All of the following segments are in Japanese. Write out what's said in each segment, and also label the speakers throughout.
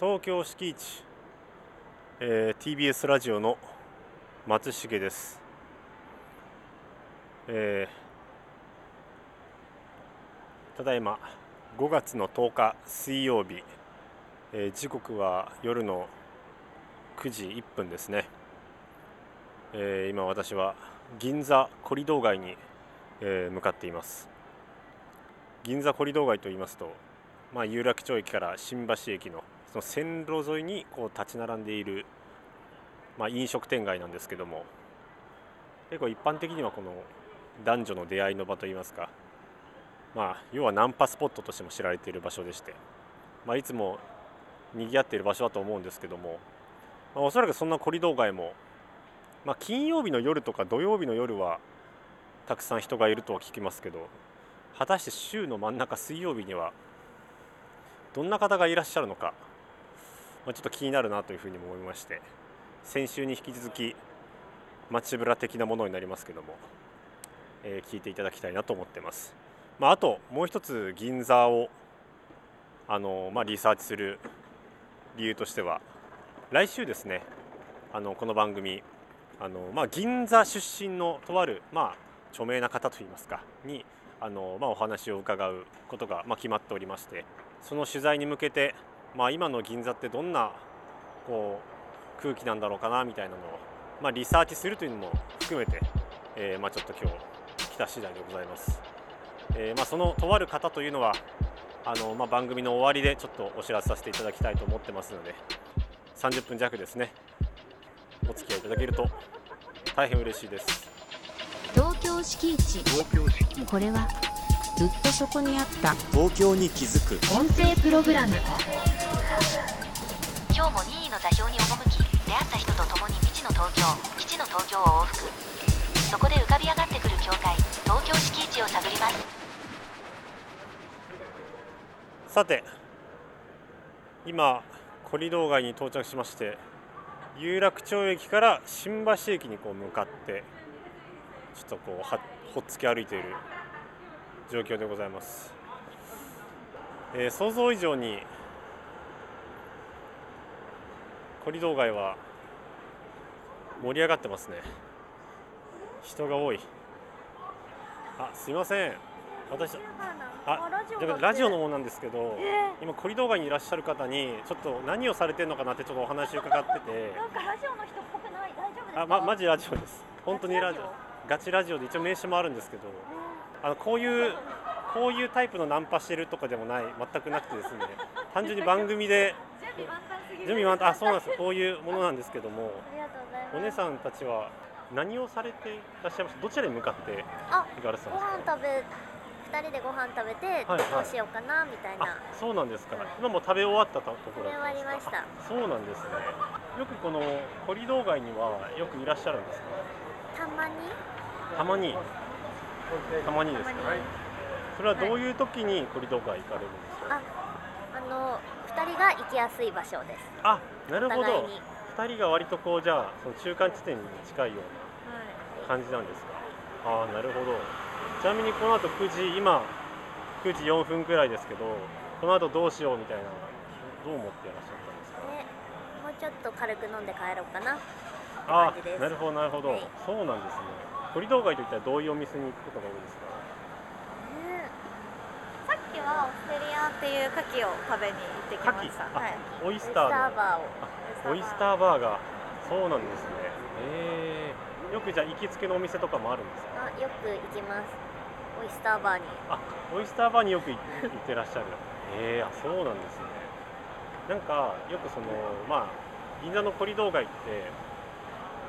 Speaker 1: 東京敷地、えー TBS ラジオの松重です、えーただいま5月の10日水曜日、えー時刻は夜の9時1分ですね、えー今私は銀座コリドー街に、えー向かっています銀座コリドー街と言いますとまあ、有楽町駅から新橋駅のその線路沿いにこう立ち並んでいる、まあ、飲食店街なんですけども結構一般的にはこの男女の出会いの場といいますか、まあ、要はナンパスポットとしても知られている場所でして、まあ、いつも賑わっている場所だと思うんですけども、まあ、おそらくそんなコリドー街も、まあ、金曜日の夜とか土曜日の夜はたくさん人がいるとは聞きますけど果たして週の真ん中水曜日にはどんな方がいらっしゃるのか、まあ、ちょっと気になるなというふうにも思いまして先週に引き続き街ぶら的なものになりますけども、えー聞いていただきたいなと思ってます、まあ、あともう一つ銀座をあの、まあ、リサーチする理由としては来週ですねあのこの番組あの、まあ、銀座出身のとある、まあ、著名な方といいますかにあの、まあ、お話を伺うことが、まあ、決まっておりましてその取材に向けて、まあ、今の銀座ってどんなこう空気なんだろうかなみたいなのを、まあ、リサーチするというのも含めて、えーまあ、ちょっと今日来た次第でございます、えーまあ、そのとある方というのはあの、まあ、番組の終わりでちょっとお知らせさせていただきたいと思ってますので30分弱ですねお付き合いいただけると大変嬉しいです
Speaker 2: 東京敷地
Speaker 3: 東京
Speaker 2: これはずっとそこにあった
Speaker 3: 東京に気づく
Speaker 2: 音声プログラム今日も任意の座標に赴き出会った人と共に未知の東京基地の東京を往復そこで浮かび上がってくる境界東京敷地を探ります
Speaker 1: さて今コリドー街に到着しまして有楽町駅から新橋駅にこう向かってちょっとこうはほっつき歩いている状況でございます、えー想像以上にコリドー街は盛り上がってますね人が多いあすいません私あじゃあラジオのものなんですけど、
Speaker 4: え
Speaker 1: 今コリドー街にいらっしゃる方にちょっと何をされてるのかなってちょっとお話を伺ってて
Speaker 4: なんかラジオの人っぽくない大丈夫ですか
Speaker 1: あ、ま、マ
Speaker 4: ジ
Speaker 1: ジラジオです本当にラジオ
Speaker 4: ガチラ
Speaker 1: ガチラジオで一応名刺もあるんですけどあのこういうこういうタイプのナンパしてるとかでもない全くなくてですね単純に番組で
Speaker 4: 準備万端すぎる
Speaker 1: 準備万端あそうなんですこういうものなんですけども
Speaker 4: ありがとうございます
Speaker 1: お姉さんたちは何をされていらっしゃいますどちらに向かって
Speaker 4: あ
Speaker 1: 行かれてたん
Speaker 4: ご
Speaker 1: です
Speaker 4: 飯
Speaker 1: か
Speaker 4: 食べ二人でご飯食べてど
Speaker 1: はい
Speaker 4: う
Speaker 1: はい
Speaker 4: しようかなみたい
Speaker 1: あ
Speaker 4: な
Speaker 1: そうなんですか今もう食べ終わったところだったんですか
Speaker 4: 食べ終わりました
Speaker 1: あそうなんですねよくこのコリドー街にはよくいらっしゃるんですか
Speaker 4: たまに
Speaker 1: たまにたまにですか
Speaker 4: たまに
Speaker 1: それはどういう時にコリドー街行かれるんですか
Speaker 4: ああの二人が行きやすい場所です
Speaker 1: あな
Speaker 4: お
Speaker 1: るほ
Speaker 4: 互い
Speaker 1: ど
Speaker 4: に
Speaker 1: 2人が割とこうじゃあその中間地点に近いよう
Speaker 4: は
Speaker 1: な感じなんですかああなるほどちなみにこの後9時今9時4分くらいですけどこの後どうしようみたいなどう思っていらっしゃったんですか
Speaker 4: いねもうちょっと軽く飲んで帰ろうかな
Speaker 1: あ
Speaker 4: 感じで、す
Speaker 1: なるほどなるほど、
Speaker 4: はい
Speaker 1: そうなんですね。鳥道街といったらどういうお店に行くことが多いですか。
Speaker 4: さっきはオステリアっていう牡蠣を食べに行ってきました
Speaker 1: 牡蠣あ
Speaker 4: はい
Speaker 1: オイ
Speaker 4: オイ
Speaker 1: ス
Speaker 4: ス
Speaker 1: ター
Speaker 4: タ
Speaker 1: の
Speaker 4: ーバーを
Speaker 1: オイスターバーガー、そうなんですね。ええよくじゃあ行きつけのお店とかもあるんですか。
Speaker 4: あよく行きますオイスターバーに
Speaker 1: オイスターバーによく行行ってらっしゃる。ええあ、そうなんですね。なんかよくそのまあ銀座のコリドー街って。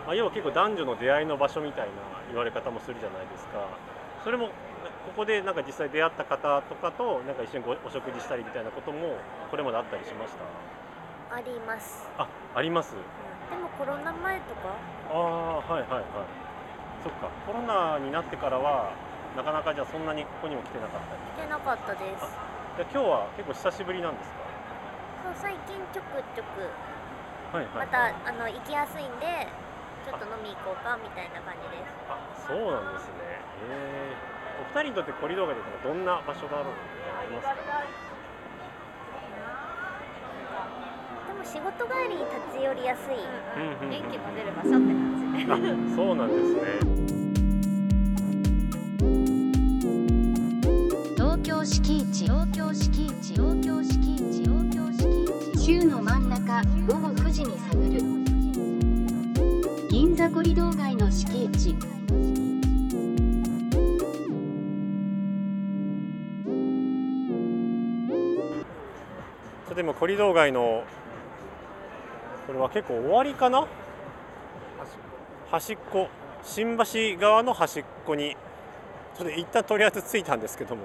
Speaker 1: まあ、要は結構男女の出会いの場所みたいな言われ方もするじゃないですかそれもここでなんか実際出会った方とかとなんか一緒にごお食事したりみたいなこともこれまであったりしました
Speaker 4: あります、
Speaker 1: あ、あります。
Speaker 4: でもコロナ前とか
Speaker 1: ああ、はいはいはい。そっか、コロナになってからは、なかなかじゃあそんなにここにも来てなかったり。
Speaker 4: 来てなかったです
Speaker 1: じゃあ今日は結構久しぶりなんですか。
Speaker 4: そう最近ちょくちょく
Speaker 1: はいは
Speaker 4: またあの行きやすいんでちょっと飲み行こうかみたいな感じで
Speaker 1: あ、そ
Speaker 4: す
Speaker 1: うなんですね。ええお二人にとってコリドー街ってどんな場所だろうってありますか。
Speaker 4: 私仕事帰りに立ち寄りやすい、
Speaker 1: うんうんうん
Speaker 3: 元気の出る場所って感じ
Speaker 1: あそうなんですね
Speaker 5: 東京敷地東京敷地東京敷地東京敷地週の真ん中午後9時に探る銀座コリドー街の敷地
Speaker 1: ちょっと今コリドー街のこれは結構終わりかな端っこ新橋側の端っこにちょっと一旦とりあえず着いたんですけども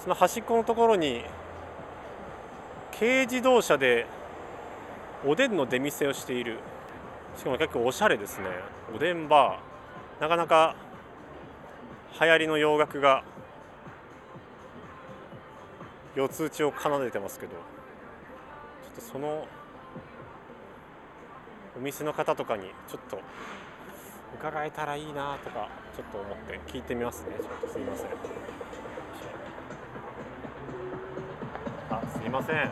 Speaker 1: その端っこのところに軽自動車でおでんの出店をしているしかも結構おしゃれですねおでんバーなかなか流行りの洋楽が四つ打ちを奏でてますけどちょっとそのお店の方とかにちょっと伺えたらいいなとかちょっと思って聞いてみますねちょっとすいませんあすいません、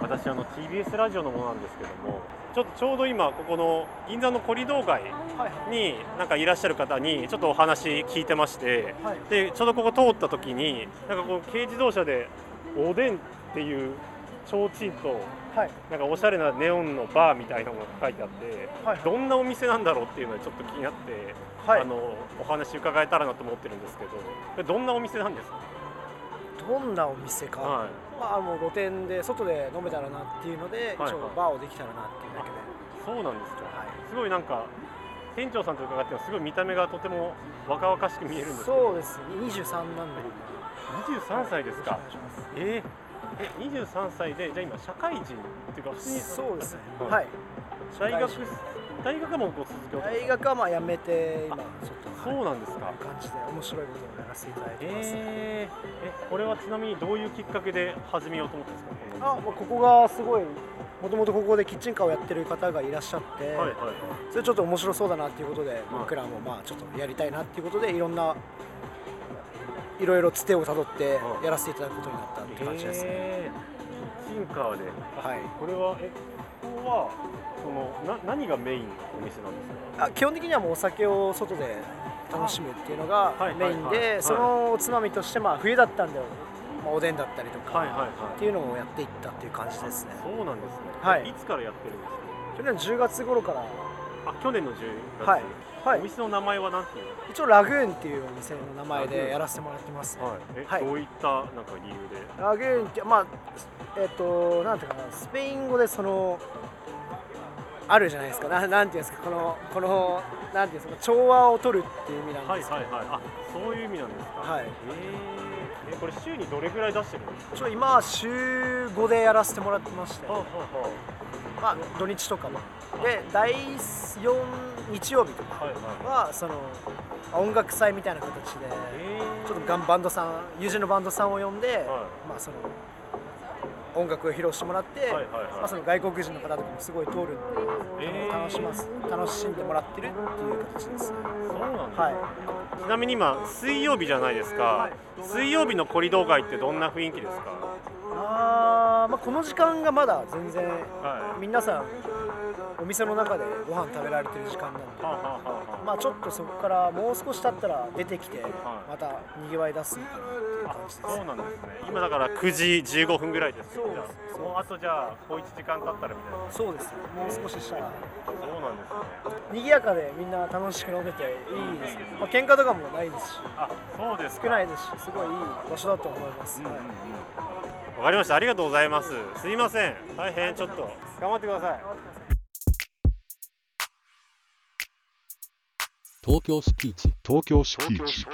Speaker 1: 私あの TBS ラジオのものなんですけどもちょっとちょうど今ここの銀座のコリドー街になんかいらっしゃる方にちょっとお話聞いてまして、
Speaker 6: はい
Speaker 1: でちょうどここ通った時になんかこう軽自動車でおでんっていう提灯と
Speaker 6: はい
Speaker 1: なんかおしゃれなネオンのバーみたいなものが書いてあって、
Speaker 6: はい
Speaker 1: どんなお店なんだろうっていうのがちょっと気になって、
Speaker 6: はい
Speaker 1: あのお話伺えたらなと思ってるんですけどこれどんなお店なんですか、
Speaker 6: どんなお店か、
Speaker 1: は
Speaker 6: まああの露店で外で飲めたらなっていうので、
Speaker 1: はい
Speaker 6: 一応バーをできたらなっていうだけ
Speaker 1: い、
Speaker 6: で、
Speaker 1: そうなんですか、
Speaker 6: はい
Speaker 1: すごいなんか店長さんと伺ってもすごい見た目がとても若々しく見えるんですけ
Speaker 6: そう
Speaker 1: ど
Speaker 6: ですね23なんで
Speaker 1: 23歳ですか
Speaker 6: よろしくお願いします
Speaker 1: えー、え23歳でじゃあ今社会人っていうか普通に
Speaker 6: そうですね
Speaker 1: はい
Speaker 6: はい
Speaker 1: 大学
Speaker 6: 社
Speaker 1: 大学もご続業とか
Speaker 6: 大学はまあ辞めて今
Speaker 1: あ
Speaker 6: ちょっとはい
Speaker 1: そうなんですか、
Speaker 6: こういう感じで面白いことをやらせていただいてます、
Speaker 1: えー、えこれはちなみにどういうきっかけで始めようと思ったんですかこの
Speaker 6: あもうここがすごいもともとここでキッチンカーをやってる方がいらっしゃって、
Speaker 1: はいはい
Speaker 6: それちょっと面白そうだなっていうことで僕らもまあちょっとやりたいなっていうことでいろんないろいろつてをたどって
Speaker 1: はい
Speaker 6: やらせていただくことになったって感じですね、
Speaker 1: えーキッチンカーで、
Speaker 6: はい
Speaker 1: これはえここはそのな何がメインのお店なんですか
Speaker 6: あ基本的にはもうお酒を外で楽しむっていうのが
Speaker 1: はい
Speaker 6: メイン
Speaker 1: はいはいは
Speaker 6: で
Speaker 1: い
Speaker 6: そのおつまみとしてまあ冬だったんで、まあ、おでんだったりと
Speaker 1: はいはいは
Speaker 6: か
Speaker 1: い
Speaker 6: っていうのをやっていったっていう感じですね
Speaker 1: そうなんですね、
Speaker 6: はい
Speaker 1: いつからやってるんですか
Speaker 6: 去年10月頃から
Speaker 1: あ去年の10月、
Speaker 6: はい、は
Speaker 1: お
Speaker 6: い、
Speaker 1: 店の名前は何ていうので
Speaker 6: 一応ラグーンっていうお店の名前
Speaker 1: ラグー
Speaker 6: で
Speaker 1: ン
Speaker 6: やらせてもらってます、
Speaker 1: すか、はいえ
Speaker 6: はい
Speaker 1: どういったなんか理由で
Speaker 6: ラグーンってまあえっ、となんていうかなスペイン語でそのあるじゃないですかななんていうんですかこのこのなんていうんですか調和を取るっていう意味なん
Speaker 1: はい
Speaker 6: ですけど、
Speaker 1: はいはいあそういう意味なんですか
Speaker 6: はい
Speaker 1: えー、えこれ週にどれぐらい出してるんですか
Speaker 6: ちょ今は週5でやらせてもらってまして、
Speaker 1: はあ
Speaker 6: ま
Speaker 1: はあは
Speaker 6: あ、土日とかもで第4日曜日と
Speaker 1: あ
Speaker 6: か
Speaker 1: はいはい
Speaker 6: はその音楽祭みたいな形で
Speaker 1: えー
Speaker 6: ちょっとガンバンドさん友人のバンドさんを呼んで、
Speaker 1: は
Speaker 6: まあその音楽を披露してもらって、
Speaker 1: いはいはいはい
Speaker 6: まあ、その外国人の方とかもすごい通るっていう
Speaker 1: えー
Speaker 6: 楽します楽しんでもらってるっていう形ですね
Speaker 1: そうなんですね
Speaker 6: は
Speaker 1: ちなみに今水曜日じゃないですか、
Speaker 6: はい
Speaker 1: 水曜日のコリドー街ってどんな雰囲気ですか
Speaker 6: いあー、まあこの時間がまだ全然
Speaker 1: はい
Speaker 6: 皆さんお店の中でご飯食べられてる時間なんで
Speaker 1: はあ、はあはあ
Speaker 6: まあ、ちょっとそこからもう少し経ったら出てきて
Speaker 1: はい
Speaker 6: またにぎわい出すのかなっていう感じです
Speaker 1: そうなんですね今だから9時15分ぐらいですけど
Speaker 6: そう
Speaker 1: じゃあ
Speaker 6: そうそう
Speaker 1: もうあとじゃあ小1時間経ったらみたいな
Speaker 6: そうですもう少ししたら
Speaker 1: そうなんですね
Speaker 6: 賑やかでみんな楽しく飲めていいですね、まあ、喧嘩とかもないですし
Speaker 1: あそうですか
Speaker 6: 少ないですしすごいいい場所だと思います、はい
Speaker 1: わかりましたありがとうございますすいません大変ちょっと頑張ってください
Speaker 7: 東京スピーチ
Speaker 8: 東京スピーチ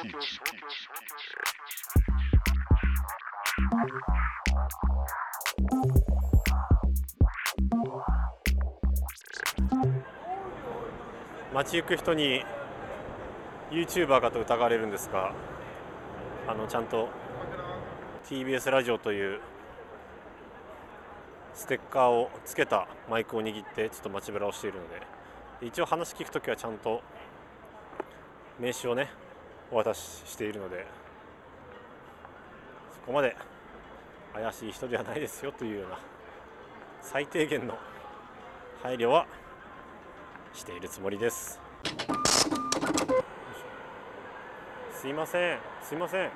Speaker 1: 街行く人に YouTuber かと疑われるんですがあのちゃんと TBS ラジオというステッカーをつけたマイクを握ってちょっと街ぶらをしているので一応話聞くときはちゃんと名刺をねお渡ししているのでそこまで怪しい人ではないですよというような最低限の配慮はしているつもりですすいませんすいません、
Speaker 7: はい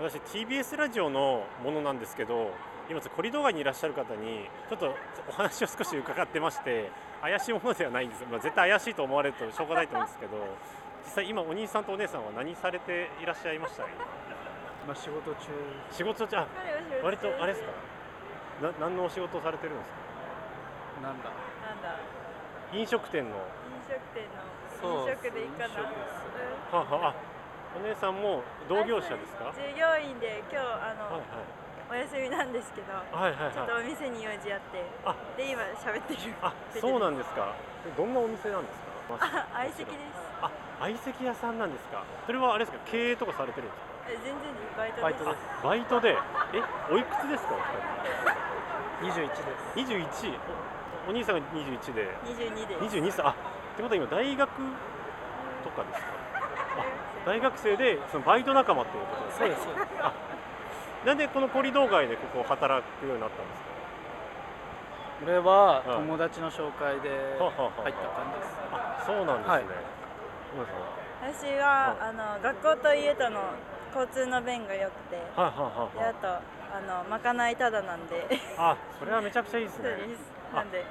Speaker 1: 私 TBS ラジオのものなんですけど今コリドー街にいらっしゃる方にちょっとお話を少し伺ってまして怪しいものではないんです、まあ、絶対怪しいと思われるとしょうがないと思うんですけど 実際今お兄さんとお姉さんは何されていらっしゃいました
Speaker 6: まあ、仕事中
Speaker 1: 仕事じゃあ割とあれですかな何のお仕事をされてるんですか
Speaker 6: なんだ
Speaker 3: なんだ
Speaker 1: 飲食店のは
Speaker 3: 飲食店の飲食でいいかなう
Speaker 1: あ
Speaker 3: ん
Speaker 1: はああお姉さんも同業者ですか
Speaker 3: 従業員で今日あの、
Speaker 1: は
Speaker 3: お休みなんですけ
Speaker 1: い
Speaker 3: ど
Speaker 1: はいはいはい
Speaker 3: ち
Speaker 1: は
Speaker 3: ょっ
Speaker 1: い
Speaker 3: とお店に用事あって
Speaker 1: あ
Speaker 3: で今喋ってる
Speaker 1: あそうなんですかどんなお店なんですか
Speaker 3: あ相席です
Speaker 1: あ相席屋さんなんですかそれはあれですか経営とかされてるんですか
Speaker 3: え全然ですバイトです
Speaker 6: バイトで
Speaker 1: あバイトでえおいくつですか
Speaker 6: 21です
Speaker 1: お二人21おお兄さんが21で
Speaker 3: 22です
Speaker 1: 22歳あってことは今大学とかですかあ大学生でそのバイト仲間っていうことです
Speaker 6: そうで
Speaker 1: ね
Speaker 6: すそうです
Speaker 1: なんでこのコリドー街でここを働くようになったんですか
Speaker 7: これは
Speaker 1: はい
Speaker 7: 友達の紹介で
Speaker 1: はあはあはあ
Speaker 7: 入った感じです
Speaker 1: あそうなんですね、
Speaker 7: はい
Speaker 1: ごめんなさい
Speaker 3: 私はあの学校と家との交通の便が良くて
Speaker 1: はいはいはいは
Speaker 3: であ
Speaker 1: い
Speaker 3: とあのまかないただなんで
Speaker 1: あそれはめちゃくちゃいいです
Speaker 3: そう
Speaker 1: ね
Speaker 3: ですなんで違い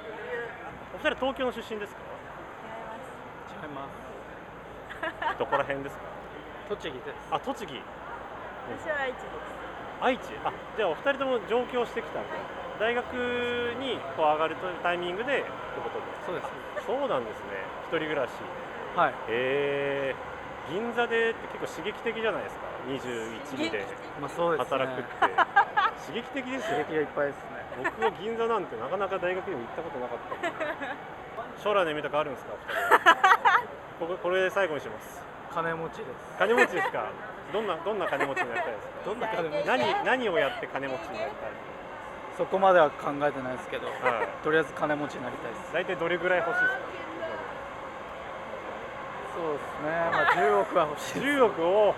Speaker 1: お二人東京の出身ですか
Speaker 3: ます
Speaker 7: 違いま
Speaker 1: どこら辺ですか
Speaker 7: す栃木です
Speaker 1: あ栃木
Speaker 3: 私は愛知です
Speaker 1: 愛知あじゃあお二人とも上京してきたんで大学にこう上がるとタイミングでってことで
Speaker 7: そうです
Speaker 1: すそうなんですね一人暮らし
Speaker 7: はい
Speaker 1: えー、銀座でって結構刺激的じゃないですか21で
Speaker 7: まあそうですね
Speaker 1: 働くって、刺激的ですよ
Speaker 7: 刺激がいっぱいですね
Speaker 1: 僕は銀座なんてなかなか大学にも行ったことなかったんで将来の夢とかあるんですかお二人こここれで最後にします
Speaker 7: 金持ちです
Speaker 1: 金持ちですかどんなどんな金持ちになりたいですか
Speaker 7: どんな金持ち
Speaker 1: 何何をやって金持ちになり
Speaker 7: そこまでは考えてないですけど
Speaker 1: たいはい
Speaker 7: とりあえず金持ちになりたいです
Speaker 1: 大体どれぐらい欲しいです
Speaker 7: そうですねまあ10億は欲しい
Speaker 1: か10億を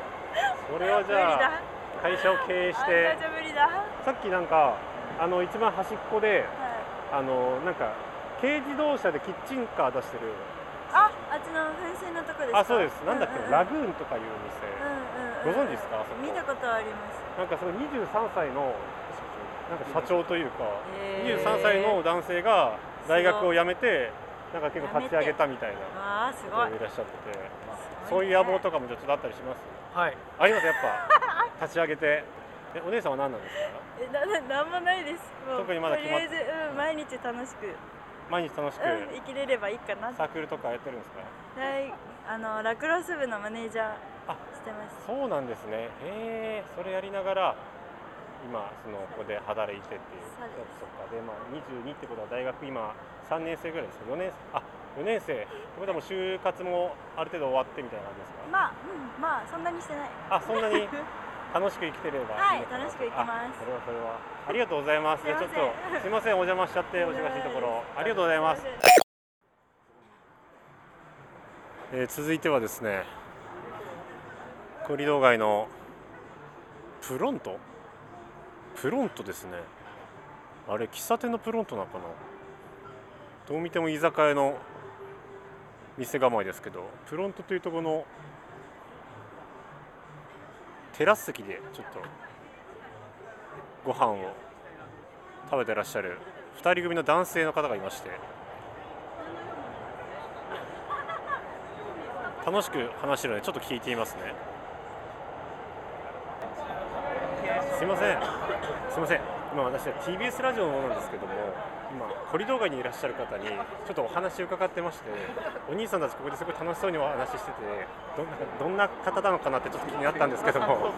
Speaker 1: それはじ
Speaker 3: 無理
Speaker 1: ゃ
Speaker 3: だ
Speaker 1: あ会社を経営し
Speaker 3: あん
Speaker 1: て
Speaker 3: たじゃ無理だは
Speaker 1: さっきなんかあの一番端っこで
Speaker 3: い
Speaker 1: あのなんか軽自動車でキッチンカー出してる
Speaker 3: ああっちの噴水のとこですか
Speaker 1: あそうですなんだっけ、
Speaker 3: うんうん
Speaker 1: ラグーンとかいう店、
Speaker 3: うんうんうん、
Speaker 1: ご存知ですかあそこ
Speaker 3: 見たことあります
Speaker 1: なんかその23歳のなんか社長というか、
Speaker 3: へー
Speaker 1: 23歳の男性が大学を辞めてなんか結構立ち上げたみたいな
Speaker 3: わあすご
Speaker 1: 方
Speaker 3: い
Speaker 1: もいらっしゃってて、
Speaker 3: す
Speaker 1: そ
Speaker 3: ご
Speaker 1: うい
Speaker 3: いね
Speaker 1: う野望とかもちょっとあったりします
Speaker 7: はい
Speaker 1: ありますやっぱ 立ち上げてえお姉さんは何なんですか
Speaker 3: えなななんもないですもう
Speaker 1: 特にまだ
Speaker 3: と
Speaker 1: 決
Speaker 3: り
Speaker 1: まっ
Speaker 3: あえず、うん、毎日楽しく、う
Speaker 1: 毎日楽しく
Speaker 3: ん、生きれればいいかな
Speaker 1: サークルとかやってるんですか
Speaker 3: はいあのラクロス部のマネージャー
Speaker 1: あ
Speaker 3: してます
Speaker 1: そうなんですねへえそれやりながら今そのここで働いてっていう
Speaker 3: そうです
Speaker 1: そっかでまあ22ってことは大学今3年生ぐらいですか4年あ4年生ってことはもう就活もある程度終わってみたいな感じですか
Speaker 3: まあ、うん、まあそんなにしてない
Speaker 1: あ、そんなに楽しく生きてれば
Speaker 3: はい
Speaker 1: のかな
Speaker 3: 楽しく生きます
Speaker 1: あそれはそれは。ありがとうございます。
Speaker 3: すいません
Speaker 1: じゃあちょっとすみませんお邪魔しちゃってお忙しいところありがとうございます。えー続いてはですね、コリドー街のプロント、プロントですね。あれ喫茶店のプロントなのかな。どう見ても居酒屋の店構えですけど、プロントというところのテラス席でちょっとご飯を食べてらっしゃる2人組の男性の方がいまして楽しく話してるのでちょっと聞いてみますねすいませんすいません今私は TBS ラジオの者なんですけども今コリドー街にいらっしゃる方にちょっとお話を伺ってましてお兄さんたちここですごい楽しそうにお話ししててどんなどんな方なのかなってちょっと気になったんですけども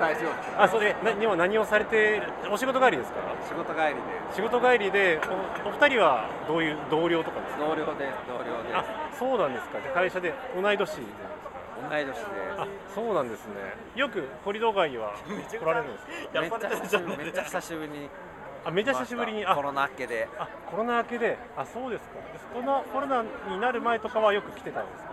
Speaker 8: 大丈夫
Speaker 1: あそれな今何をされてお仕事帰りですか
Speaker 8: 仕事帰りで
Speaker 1: 仕事帰りでおお二人はどういう同僚とかですか
Speaker 8: 同僚です同僚で
Speaker 1: あ
Speaker 8: す
Speaker 1: そうなんですかじゃあ会社で同い年ですか
Speaker 8: 同い年で
Speaker 1: あそうなんですねよくコリドー街は来られるんですか
Speaker 8: めっちゃ久しぶりめっちゃ久しぶりに
Speaker 1: あめちゃ久しぶりにあ
Speaker 8: コロナ明けで
Speaker 1: あコロナ明けであそうですかコロナコロナになる前とかはよく来てたんですか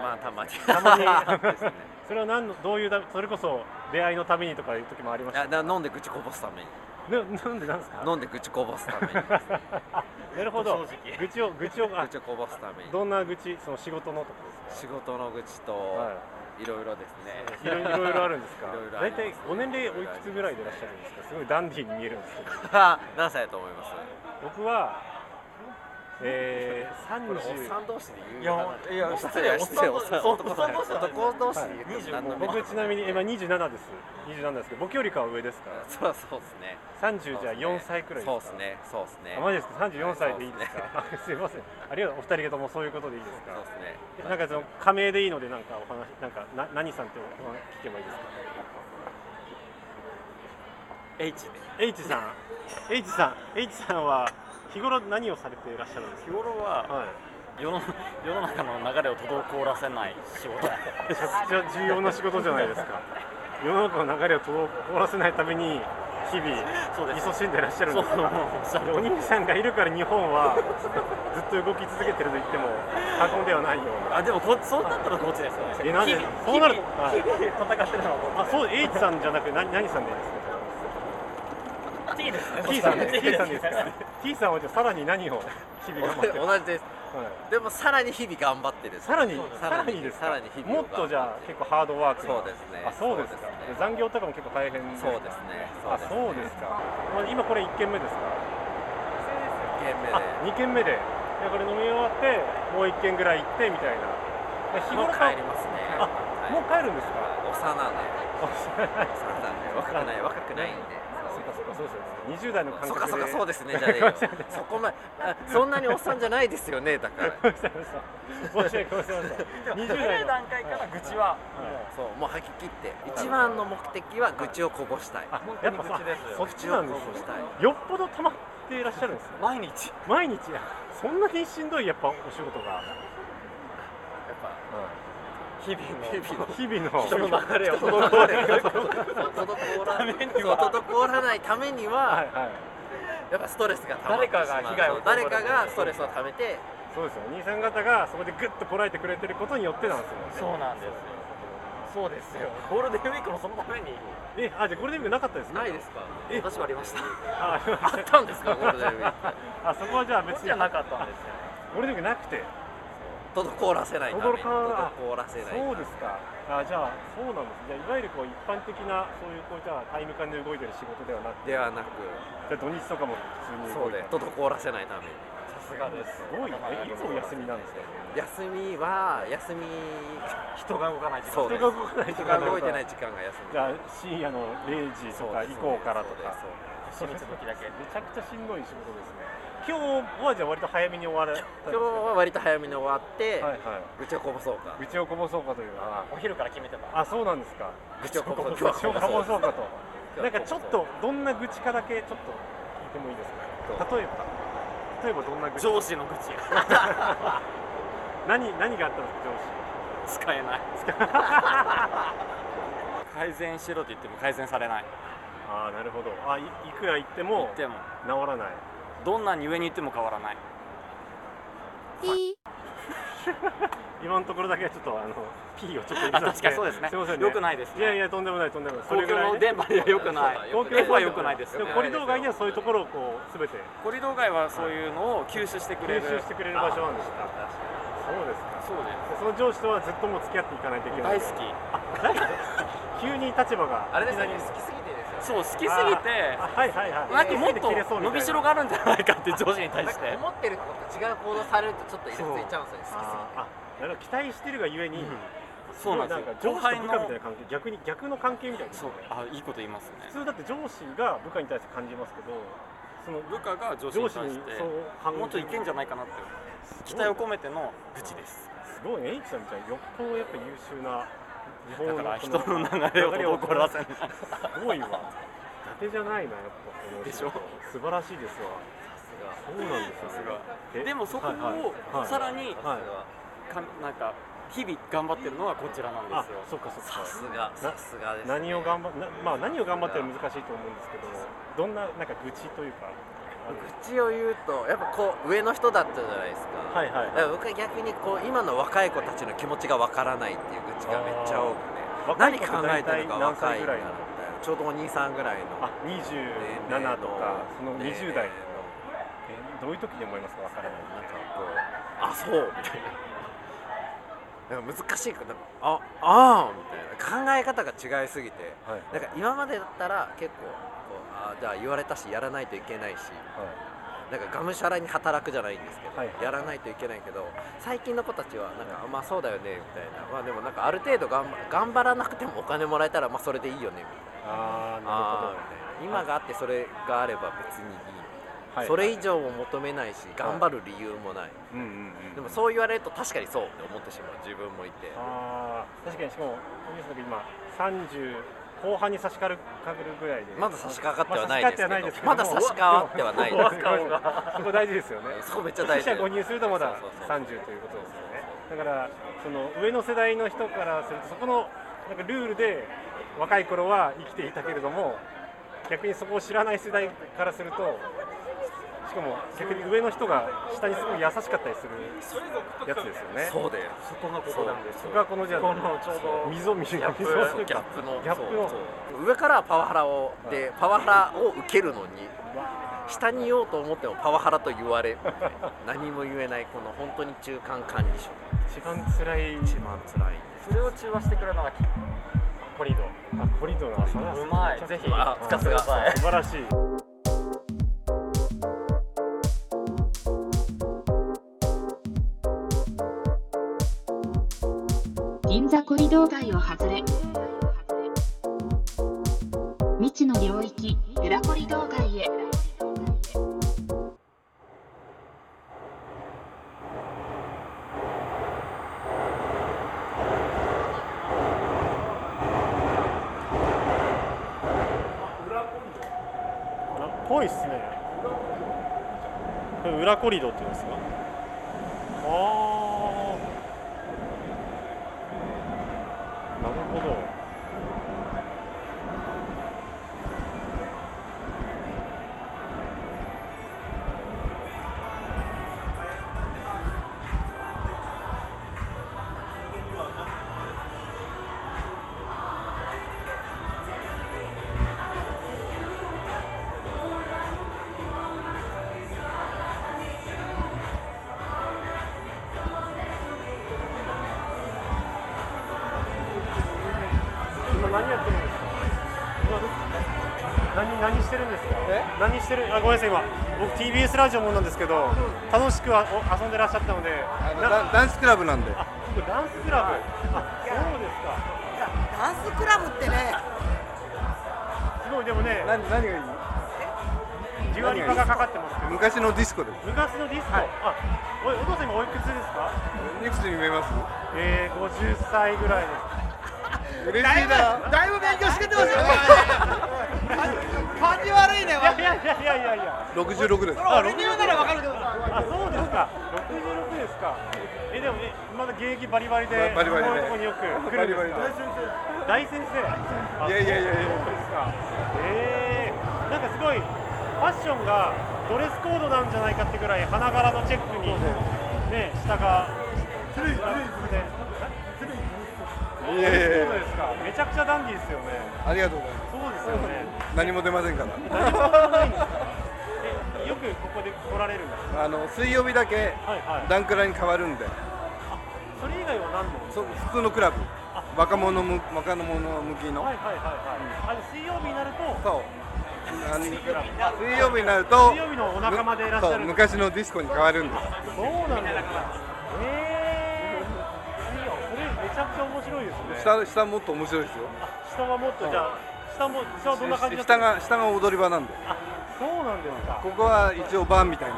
Speaker 8: まあたまに
Speaker 1: た まに それは何のどういうだそれこそ出会いのためにとかいう時もありまし
Speaker 8: あ
Speaker 1: た
Speaker 8: だ飲んで愚痴こぼすために
Speaker 1: ななんでなんですか
Speaker 8: 飲んで愚痴こぼすために
Speaker 1: なるほど愚痴を愚痴をあ
Speaker 8: 愚痴をこぼすために
Speaker 1: どんな愚痴その仕事のとかです
Speaker 8: 仕事の愚痴と
Speaker 1: か、はい
Speaker 8: ろいろですね
Speaker 1: い、いろいろいろあるんですか
Speaker 8: いろいろあ
Speaker 1: 大
Speaker 8: ります
Speaker 1: 体ご年齢おいくつぐらいでいらっしゃるんですかすごいダンディーに見えるんですけど
Speaker 8: 何歳だと思います
Speaker 1: 僕はえー、30
Speaker 8: 同士で言
Speaker 7: いやいや
Speaker 8: 失礼失礼おっさん男同士で言うと何の
Speaker 1: 僕ちなみに今27です27ですけど僕よりかは上ですか
Speaker 8: そりゃそうですね
Speaker 1: ら30じゃあ4歳くらいですか
Speaker 8: そうですねそうですね
Speaker 1: あマジですか34歳でいいですか、 すいませんありがとうお二人ともそういうことでいいです
Speaker 8: そう
Speaker 1: か
Speaker 8: ですね
Speaker 1: なんかその仮名でいいのでなんかお話なんかな何さんってお話聞けばいいですか
Speaker 8: H で
Speaker 1: H さん H さん H さんは日頃何をされていらっしゃるんです
Speaker 9: 日頃
Speaker 1: か
Speaker 9: は
Speaker 1: はい
Speaker 9: 世の世の中の流れを滞らせない 仕事
Speaker 1: めちゃくちゃ重要な仕事じゃない ですか世の中の流れを通らせないために日
Speaker 9: そう
Speaker 1: 々
Speaker 9: です
Speaker 1: 勤しんでいらっしゃるん
Speaker 9: そ
Speaker 1: で
Speaker 9: う
Speaker 1: すか
Speaker 9: おっしゃ
Speaker 1: で
Speaker 9: る
Speaker 1: お兄さんがいるから日本はずっと動き続けてると言っても過言ではないような
Speaker 9: あでもこそうなったらこっちですよね
Speaker 1: えなんで
Speaker 9: 日々
Speaker 1: そうなる
Speaker 9: 日々
Speaker 1: はい
Speaker 9: 日々戦ってるのはこっち
Speaker 1: あそう H さんじゃなくて何何さんでいいですか
Speaker 9: T ですね
Speaker 1: T さんで T さん
Speaker 9: T
Speaker 1: ですか T さんはじゃあさらに何を日々頑張ってる、はい、
Speaker 8: 同じですでもさらに日々頑張ってる
Speaker 1: さらに
Speaker 8: さ
Speaker 1: さ
Speaker 8: ら
Speaker 1: ら
Speaker 8: に
Speaker 1: にですか
Speaker 8: さらに日々
Speaker 1: もっとじゃあ結構ハードワークな
Speaker 8: そうですね
Speaker 1: あそうですか
Speaker 8: そうですね
Speaker 1: 残業とかも結構大変
Speaker 8: そうですね
Speaker 1: あそうですか、まあ、今これ1軒目ですか
Speaker 8: 2軒目
Speaker 1: あ
Speaker 8: で
Speaker 1: 2軒目でいやこれ飲み終わってもう1軒ぐらい行ってみたいな日
Speaker 8: もう
Speaker 1: 頃か
Speaker 8: 帰りますね
Speaker 1: あ
Speaker 8: はい
Speaker 1: もう帰るんですか
Speaker 8: おさなんで
Speaker 1: あ
Speaker 8: おさなんで若くない若くないんで
Speaker 1: そっかそっかそうですよね20代の感
Speaker 8: そっか
Speaker 1: 覚
Speaker 8: そっ
Speaker 1: で
Speaker 8: かそうですねじゃねえよそこまであそんなにおっさんじゃないですよねだから
Speaker 1: ごめんなさいごめんなさい申し訳ごめんなさい20代
Speaker 9: 早い
Speaker 1: の
Speaker 9: 段階から愚痴は
Speaker 8: そうもう吐き切って一番の目的は愚痴をこぼしたい
Speaker 1: あやっぱさそっ
Speaker 8: 愚
Speaker 1: ち
Speaker 8: 痴を
Speaker 1: な
Speaker 8: こ
Speaker 1: んで
Speaker 8: ぼ
Speaker 1: すよ
Speaker 8: したい
Speaker 1: よっぽど溜まっていらっしゃるんですね
Speaker 9: 毎日
Speaker 1: 毎日そんなにしんどいやっぱお仕事が、
Speaker 8: 日々の
Speaker 9: 日々の
Speaker 1: 日々の
Speaker 9: 人の流れを
Speaker 8: 滞
Speaker 9: 滞
Speaker 8: ら滞らないために
Speaker 1: は
Speaker 8: はい
Speaker 1: はい
Speaker 8: やっぱストレスが溜まってしまう
Speaker 9: 誰かが被害を
Speaker 8: 誰かがストレスを溜めて
Speaker 1: そうですよお兄さん方がそこでグッとこらえてくれてることによってなんですよね
Speaker 9: そうなんですよそうですよゴールデンウィークのそのために
Speaker 1: えあじゃあゴールデンウィークなかったですか
Speaker 8: ないですか
Speaker 1: え
Speaker 9: 私はありました
Speaker 1: あ
Speaker 8: あったんですかゴールデンウィーク
Speaker 1: あそこはじゃあ別に
Speaker 9: 別じゃなかったんですよ
Speaker 1: ゴールデンウィークなくて
Speaker 8: 滞らせないために
Speaker 1: 滞ら
Speaker 8: 滞らせな
Speaker 1: そ
Speaker 8: い
Speaker 1: うですかあじゃあそうなんですじゃあいわゆるこう一般的なそういうこうじゃあタイム感で動いてる仕事ではなくて
Speaker 8: ではなく
Speaker 1: じゃあ土日とかも普通に
Speaker 8: そ
Speaker 1: 動
Speaker 8: う
Speaker 1: いて
Speaker 8: です滞らせないために
Speaker 9: さすがです
Speaker 1: すごいねいつも休みなんですか
Speaker 8: 休みは休み
Speaker 9: 人が動かない時
Speaker 8: そ
Speaker 9: 間
Speaker 8: う
Speaker 1: 人
Speaker 8: です
Speaker 1: が動かない時間だ
Speaker 8: 人が動いてない時間が休み
Speaker 1: じゃあ深夜の0時とか以降からとか
Speaker 8: そうです
Speaker 9: 秘密武器だけ
Speaker 1: めちゃくちゃしんどい仕事ですね今日はじゃあ割と早めに終われたん
Speaker 8: 今
Speaker 1: です
Speaker 8: 日は割と早めに終わって、
Speaker 1: はいは
Speaker 8: 愚痴をこぼそうか
Speaker 1: い愚痴をこぼそうかというあ
Speaker 9: お昼から決めてた
Speaker 1: あそうなんですか
Speaker 8: 愚痴をこぼそう
Speaker 1: 愚痴をこぼそうかと
Speaker 8: 今
Speaker 1: な
Speaker 8: 日はこぼそう
Speaker 1: んかちょっとどんな愚痴かだけちょっと聞いてもいいですか例えば例えばどんな愚痴
Speaker 9: 上司の愚痴
Speaker 1: 何何があったんですか上司
Speaker 9: 使えない 改善しろと言っても改善されない
Speaker 1: ああなるほどあいいくら言っても
Speaker 9: でも
Speaker 1: 治らない
Speaker 9: どんなに上に行っても変わらない
Speaker 1: 今のところだけはちょっとあの P をちょっと入れ
Speaker 9: あ
Speaker 1: させて
Speaker 9: 確かにそうですね
Speaker 1: すいませんね
Speaker 9: よくないです
Speaker 1: い
Speaker 9: ね
Speaker 1: やいやとんでもないとんでもないそ
Speaker 9: 公
Speaker 1: れぐらい
Speaker 9: 共の
Speaker 1: ね
Speaker 9: 電波には良くない
Speaker 8: そうだ
Speaker 1: 良
Speaker 9: F
Speaker 1: く
Speaker 9: は
Speaker 1: ない
Speaker 9: 良くないで
Speaker 1: で
Speaker 9: すよ
Speaker 1: もコリドー街にはそういうところをこうすべて
Speaker 9: コリドー街はそういうのを吸収してくれ
Speaker 1: 練
Speaker 9: る
Speaker 1: 習してくれる場所なんですかそうですか
Speaker 9: そ
Speaker 1: その上司
Speaker 9: うです
Speaker 1: とはずっともう付き合っていかないといけな
Speaker 9: 大
Speaker 1: い
Speaker 9: 好き
Speaker 1: 急に立場が
Speaker 8: あれで
Speaker 1: い
Speaker 8: す
Speaker 1: き
Speaker 8: ね
Speaker 1: なり
Speaker 8: 好きすぎてですよ
Speaker 9: そう好きすぎて
Speaker 1: ああはいはいはい
Speaker 9: なんかもっ
Speaker 1: 切れそ
Speaker 9: と
Speaker 1: うみたいな
Speaker 9: 伸びしろがあるんじゃないかって上司に対
Speaker 8: なん
Speaker 9: し
Speaker 8: か
Speaker 9: て
Speaker 8: 思ってることと違う行動されるとちょっとイラついちゃうんですよね
Speaker 1: あーあなるほど期待してるがゆえに、
Speaker 9: そうなんです
Speaker 1: す
Speaker 9: よ
Speaker 1: ごい
Speaker 9: 後
Speaker 1: なんか上司と
Speaker 9: 輩の
Speaker 1: 部下みたいな関係逆に逆の関係みたいな
Speaker 9: そうあいいこと言います
Speaker 1: 普通
Speaker 9: ね
Speaker 1: だって上司が部下に対して感じますけどその
Speaker 9: 部下が上司
Speaker 1: 上司に
Speaker 9: に対して
Speaker 1: そう考え
Speaker 9: もっといけんじゃないかなって期待を込めての愚痴です
Speaker 1: すごいね H さんみたいによっぽどやっぱ優秀な日本
Speaker 9: だから人
Speaker 1: こ
Speaker 9: の流れを
Speaker 1: 流
Speaker 9: 心らせない
Speaker 1: すごいわ伊達じゃないなやっぱこの人
Speaker 9: でしょ
Speaker 1: 素晴らしいですわそうなんですよねえ
Speaker 9: でもそこ
Speaker 1: はいはいは
Speaker 9: を
Speaker 1: い
Speaker 9: さらに
Speaker 1: はい
Speaker 9: かなんか日々頑張ってるのはこちらなん
Speaker 1: あ
Speaker 9: ですよ
Speaker 1: そっかそっか
Speaker 8: さすがさすがですね
Speaker 1: 何を頑張なまあ何を頑張ってるの難しいと思うんですけどどんななんか愚痴というかある
Speaker 8: 愚痴を言うとやっぱこう上の人だったじゃないですか
Speaker 1: はいはいはい
Speaker 8: だから僕は逆にこう今の若い子たちの気持ちがわからないっていう愚痴がめっちゃ多
Speaker 1: あー
Speaker 8: くて何考えてるか
Speaker 1: 若い子って大体何歳ぐらいうなの
Speaker 8: 若いんだろみたいなちょうどお兄さんぐらいの
Speaker 1: あ
Speaker 8: 年齢
Speaker 1: 27
Speaker 8: の
Speaker 1: とかその
Speaker 8: 年
Speaker 1: 20代
Speaker 8: 齢の
Speaker 1: えどういう時に思いますかわからない
Speaker 8: なんかこうあそうみたいななんか難しいからあああみたいな考え方が違いすぎて
Speaker 1: はい
Speaker 8: なんか今までだったら結構こうあじゃあ言われたしやらないといけないしなんかがむしゃらに働くじゃないんですけど、
Speaker 1: はい
Speaker 8: やらないといけないけど最近の子たちはなんか、まあそうだよねみたいなまあでもなんかある程度頑張頑張らなくてもお金もらえたらまあそれでいいよねみたいな
Speaker 1: あ
Speaker 8: あ
Speaker 1: あ
Speaker 8: ーみたいな今があってそれがあれば別にいい、
Speaker 1: なるほど
Speaker 8: それ以上も求めないし頑張る理由もない、
Speaker 1: うんうんうん
Speaker 8: でもそう言われると確かにそうって思ってしまう自分もいて
Speaker 1: あー確かにしかもニュースの時今30後半に差し掛かるぐらいで
Speaker 8: まだ差し掛かってはないですけど,、
Speaker 1: ま
Speaker 8: ま
Speaker 1: だ
Speaker 8: だ
Speaker 1: 差
Speaker 8: 差
Speaker 1: し
Speaker 8: し
Speaker 1: 掛
Speaker 8: 掛
Speaker 1: か
Speaker 8: か
Speaker 1: っ
Speaker 8: ってて
Speaker 1: は
Speaker 8: は
Speaker 1: な
Speaker 8: ないい
Speaker 1: で
Speaker 8: ですす
Speaker 1: けどそこ大事です
Speaker 8: けど
Speaker 1: よね
Speaker 8: そこめっちゃ
Speaker 1: 四
Speaker 8: 大事
Speaker 1: 捨五入するとまだ
Speaker 8: そうそうそう
Speaker 1: 30ということですよねだからその上の世代の人からするとそこのなんかルールで若い頃は生きていたけれども逆にそこを知らない世代からするとしかも逆に上の人が下にすごい優しかったりするやつですよね
Speaker 8: そうで
Speaker 9: そこのことなんです
Speaker 1: そこがこのじゃあ
Speaker 9: このちょうど
Speaker 1: 溝溝溝と
Speaker 9: プ
Speaker 1: いう
Speaker 8: ギャ
Speaker 1: か
Speaker 8: ップの
Speaker 1: ギャップの
Speaker 8: そうそう上からはパワハラをでパワハラを受けるのに下に言おうと思ってもパワハラと言われみたいな何も言えないこの本当に中間管理職
Speaker 1: 一番辛い
Speaker 8: 一番辛い
Speaker 9: それを中和してくれるのがきコリド
Speaker 1: あコリドラ
Speaker 9: うまいぜひ
Speaker 8: あ
Speaker 9: 使ってください
Speaker 1: 素晴らしい
Speaker 5: 銀座コリドー街を外れ未知の領域裏コリドー街へ
Speaker 1: あぽいっすねこれ裏コリドって言うんですかああなるほど今何やってるんですか今何何してるんですか何してるあごめんなさい今僕 TBS ラジオもなんですけど楽しくあお遊んでらっしゃったのでな
Speaker 10: ダダンスクラブなんで
Speaker 1: あこれダンスクラブあそうですか
Speaker 11: ダンスクラブってね、
Speaker 1: すごいでもね
Speaker 10: 何何がいい
Speaker 1: じわり化がかかってますけど
Speaker 10: 昔のディスコです
Speaker 1: 昔のディスコ、あおいお父さん今おいくつですか
Speaker 10: いくつに見えます
Speaker 1: えー、50歳ぐらいです
Speaker 10: 嬉しいな
Speaker 11: だいぶ勉強してってますよね。 感じ悪いね、
Speaker 1: いやいやいやいやいやいや。
Speaker 10: 66です
Speaker 1: あ、
Speaker 11: 俺に言うならわかるけどさ。
Speaker 1: あ、そうですか。六十六ですか。え、でもね、まだ現役バリバリで、
Speaker 10: バリバリで
Speaker 1: こういうとこによく来るんですか
Speaker 10: バリバリで。
Speaker 1: 大先生。あ
Speaker 10: いやいやいやいや
Speaker 1: そうですか。ええなんかすごい、ファッションがドレスコードなんじゃないかってぐらい、花柄のチェックに。ね、下が。つるい、つるい、つるい。
Speaker 10: いやいやいや
Speaker 1: そうですか。めちゃくちゃダンディーですよね。
Speaker 10: ありがとうございま
Speaker 1: そうですよね。
Speaker 10: す何も出ませんから
Speaker 1: 何もないんですか。え、よくここで来られるんですか。
Speaker 10: あの水曜日だけ
Speaker 1: はいはい。
Speaker 10: ダンクラに変わるんで
Speaker 1: それ以外は何の
Speaker 10: そ普通のクラブ若者む若者向きの、
Speaker 1: はいはいはいはい、あの水曜日になると
Speaker 10: そうあの水曜
Speaker 1: 曜日
Speaker 10: 日になると
Speaker 1: 水曜日のお仲間でいらっしゃる
Speaker 10: そう昔のディスコに変わるんです
Speaker 1: そうなんですかええー、水曜それめちゃくちゃ面白いですね
Speaker 10: 下下もっと面白いですよ
Speaker 1: 下はもっとじゃあ下も下はどんな感じだった
Speaker 10: 下が下が踊り場なんで
Speaker 1: そうなんですか
Speaker 10: ここは一応バーみたいな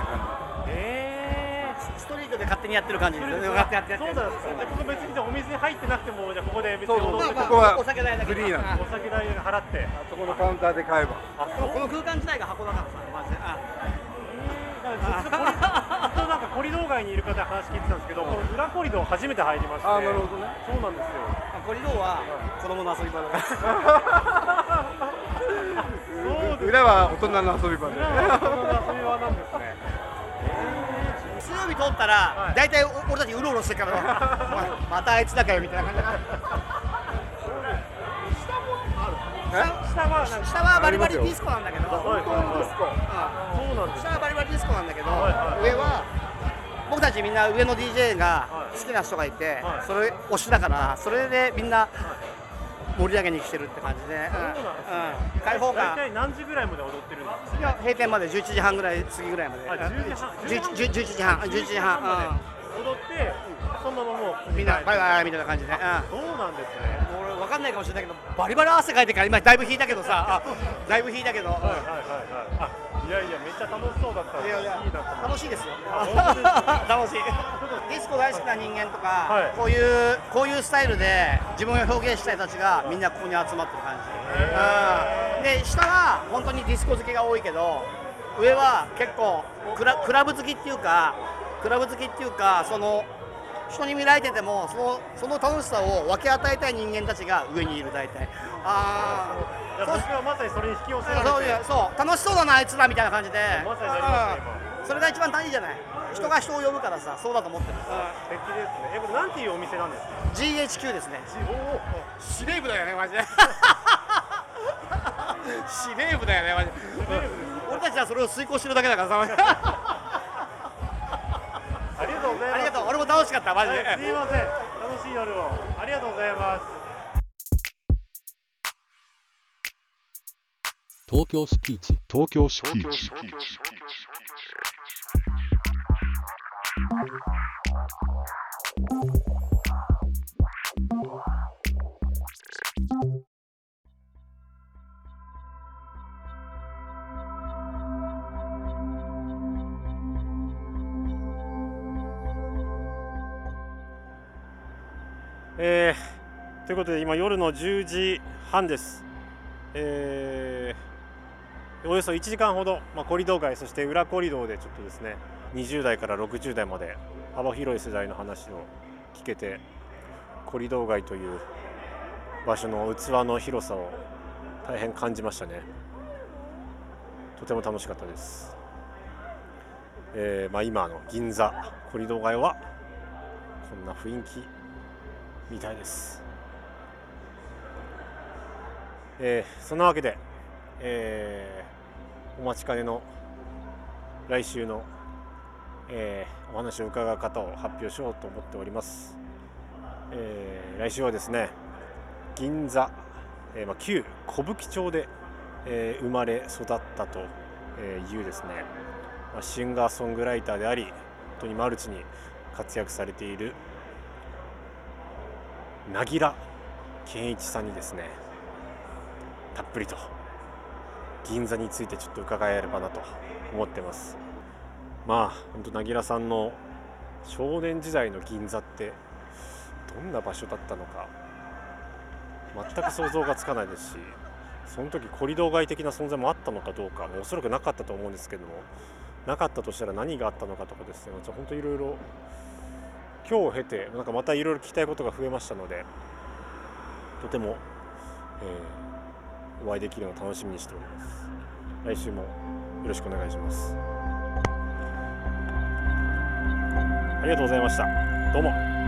Speaker 10: 感じ
Speaker 1: ええ
Speaker 11: ストリートで勝手にやってる感じですよね。
Speaker 1: そう
Speaker 11: 勝手に
Speaker 1: な
Speaker 11: や
Speaker 1: ん
Speaker 11: って
Speaker 1: です
Speaker 11: やってやって
Speaker 1: かここ別にじゃあお店入ってなくてもじゃあここで別に
Speaker 10: そうそう
Speaker 1: 踊って
Speaker 10: こ
Speaker 1: も
Speaker 10: こは
Speaker 11: お酒代だけ
Speaker 10: フリーなん
Speaker 1: お酒代払って
Speaker 10: あそこのカウンターで買えば
Speaker 1: あそう
Speaker 11: この空間自体が箱だからさ、マジで。あ
Speaker 1: なんかずっとこれずっとなんかコリドー街にいる方に話聞いてたんですけど、この裏コリドー初めて入りまして
Speaker 10: あーなるほどね
Speaker 1: そうなんですよ
Speaker 11: コリドーは子供の遊び場だから。
Speaker 1: そうです
Speaker 10: 裏は大人の遊び場で
Speaker 1: 裏はこの遊び場なんですね
Speaker 11: 水曜日通ったら、大体俺たちうろうろしてるから、またあいつだかよみたいな感じだから。下はなんか下はバリバリディスコなんだけど
Speaker 12: はいはいはい
Speaker 11: うん下はバリバリディスコなんだけど上は僕たちみんな上の DJ が好きな人がいてそれ推しだからそれでみんな盛り上げに来てるって感じで
Speaker 12: そうなんですね
Speaker 11: うんうん開放
Speaker 12: 大
Speaker 11: 感
Speaker 12: 体何時ぐらいまで踊ってるんですか
Speaker 11: いや閉店まで11時半ぐらい過ぎぐらいまで
Speaker 12: あ10時半
Speaker 11: 11 11時半11時半うん
Speaker 12: まで踊ってそのままもう
Speaker 11: みんなバイバイみたいな感じで、
Speaker 12: そうなんですね
Speaker 11: 俺分かんないかもしれないけどバリバリ汗かいてるから今だいぶ引いたけどさあだいぶ引いたけど、
Speaker 12: はいはいはいはいあいやいやめっちゃ楽しそうだったんで
Speaker 11: いやいや
Speaker 12: いいなと思っ
Speaker 11: 楽しい
Speaker 12: て
Speaker 11: です よ
Speaker 12: あ本当ですか
Speaker 11: 楽しいディスコ大好きな人間とか、
Speaker 12: はい
Speaker 11: こういうこういうスタイルで自分を表現したい人たちがみんなここに集まってる感じ、うん、で下は本当にディスコ好きが多いけど上は結構クラクラブ好きっていうかクラブ好きっていうかその人に見られててもそのその楽しさを分け与えたい人間たちが上にいる大体あ
Speaker 12: いや僕はまさにそれに引き寄せられて
Speaker 11: そういうそう楽しそうだなあいつらみたいな感じで
Speaker 12: まさになりました今
Speaker 11: うんそれが一番大事じゃない人が人を呼ぶからさそうだと思ってる
Speaker 12: 素敵ですねえこれなんていうお店なんですか
Speaker 11: GHQ ですね司令部だよねマ ジで司令部だよねマジで俺たちはそれを遂行してるだけだからさ
Speaker 12: ありがとうございます
Speaker 11: ありがとう俺も楽しかったマジで
Speaker 12: はいすいません楽しい夜をありがとうございます
Speaker 13: 東京スピーチ東京スピーチ
Speaker 1: えーということで今夜の10時半です、えーおよそ1時間ほど、まあ、コリドー街そして裏コリドーでちょっとですね20代から60代まで幅広い世代の話を聞けてコリドー街という場所の器の広さを大変感じましたねとても楽しかったです、えーまあ、今の銀座コリドー街はこんな雰囲気みたいです、えーそんなわけで、えーお待ちかねの来週の、えーお話を伺う方を発表しようと思っております、えー来週はですね銀座、えーまあ、旧小吹町で、えー生まれ育ったとえーいうですね、まあ、シンガーソングライターであり本当にマルチに活躍されているなぎら健一さんにですねたっぷりと銀座についてちょっと伺えればなと思ってますまあ本当なぎらさんの少年時代の銀座ってどんな場所だったのか全く想像がつかないですしその時コリドー街的な存在もあったのかどうかもうおそらくなかったと思うんですけどもなかったとしたら何があったのかとかですねちょっと本当いろいろ今日を経てなんかまたいろいろ聞きたいことが増えましたのでとても、えーお会いできるのを楽しみにしております来週もよろしくお願いしますありがとうございましたどうも